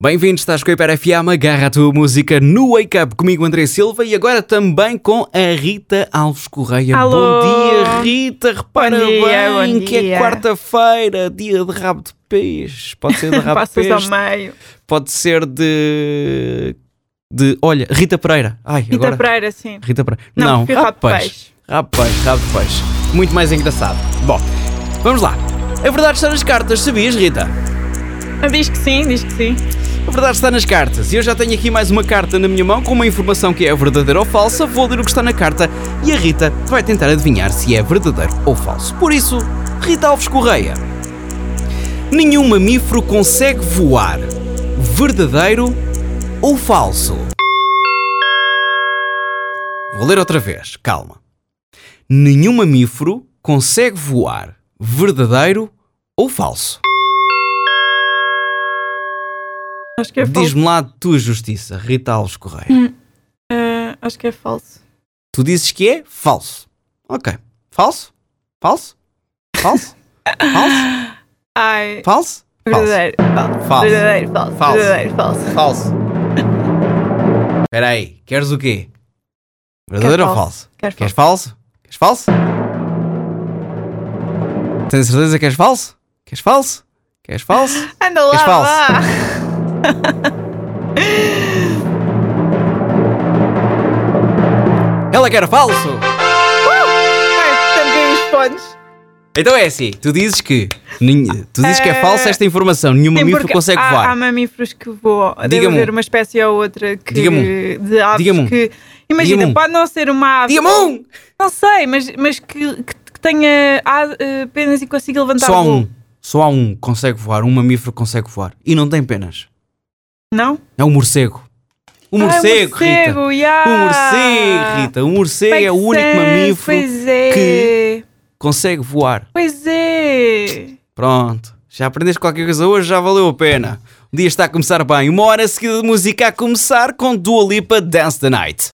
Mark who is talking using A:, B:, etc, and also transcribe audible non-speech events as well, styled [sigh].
A: Bem-vindos, estás com a Hiper FM, agarra a tua música no Wake Up comigo, André Silva, e agora também com a Rita Alves Correia.
B: Alô!
A: Bom dia, Rita, repara
B: Bom dia,
A: bem
B: bom
A: que é
B: dia.
A: quarta-feira, dia de rabo de peixe, pode
B: [laughs]
A: ser de rabo de
B: Passas ao
A: peixe,
B: meio.
A: pode ser de... de... olha, Rita Pereira, ai,
B: Rita
A: agora...
B: Pereira, sim.
A: Rita Pereira,
B: Não, fui
A: rabo de
B: rabo de
A: peixe.
B: peixe.
A: Rapaz, rapaz. Muito mais engraçado. Bom, vamos lá. A verdade está nas cartas, sabias, Rita?
B: Ah, Diz que sim, diz que sim.
A: A verdade está nas cartas. E eu já tenho aqui mais uma carta na minha mão com uma informação que é verdadeira ou falsa. Vou ler o que está na carta e a Rita vai tentar adivinhar se é verdadeiro ou falso. Por isso, Rita Alves Correia. Nenhum mamífero consegue voar. Verdadeiro ou falso? Vou ler outra vez, calma. Nenhum mamífero consegue voar. Verdadeiro ou falso?
B: Acho que é falso.
A: Diz-me lá a tua justiça, Rita Alves Correia.
B: Ah, acho que é falso.
A: Tu dizes que é falso. Ok. Falso? Falso? Falso? Falso?
B: Ai,
A: Falso? Falso.
B: verdadeiro, falso.
A: Falso.
B: Verdadeiro, falso.
A: Falso.
B: Verdadeiro, falso.
A: Falso. Espera aí. Queres o quê? Verdadeiro
B: Quero
A: ou falso?
B: Quero
A: Queres falso? Queres falso? Tens certeza que és falso? Queres falso? Queres falso?
B: Anda lá,
A: Queres falso?
B: vá.
A: Ela quer falso!
B: Ai, também os fones.
A: Então é assim. Tu dizes que. nen- Tu dizes que é
B: Eh,
A: falsa esta informação. Nenhum
B: Sim,
A: mamífero
B: porque
A: consegue
B: há,
A: voar.
B: Há mamíferos que voam. Deve
A: Diga-me um.
B: haver uma espécie ou outra que,
A: Diga-me
B: de aves
A: Diga-me um.
B: que. Imagina,
A: Diga-me um.
B: pode não ser uma ave.
A: Diga-me um!
B: Não sei, mas, mas que, que, que tenha asa- eh, penas e consiga levantar
A: Só há
B: o voo.
A: um. Só há um que consegue voar. Um mamífero que consegue voar. E não tem penas.
B: Não?
A: É um morcego. Um morcego,
B: ah, é um morcego,
A: Rita.
B: yeah.
A: Um morcego, Rita. Um morcego é o
B: Make
A: único
B: sense,
A: mamífero que
B: pois é.
A: que- consegue voar.
B: Pois é.
A: Pronto. Já aprendeste qualquer coisa hoje, já valeu a pena. O dia está a começar bem. Uma hora seguida de música a começar com Dua Lipa Dance the Night.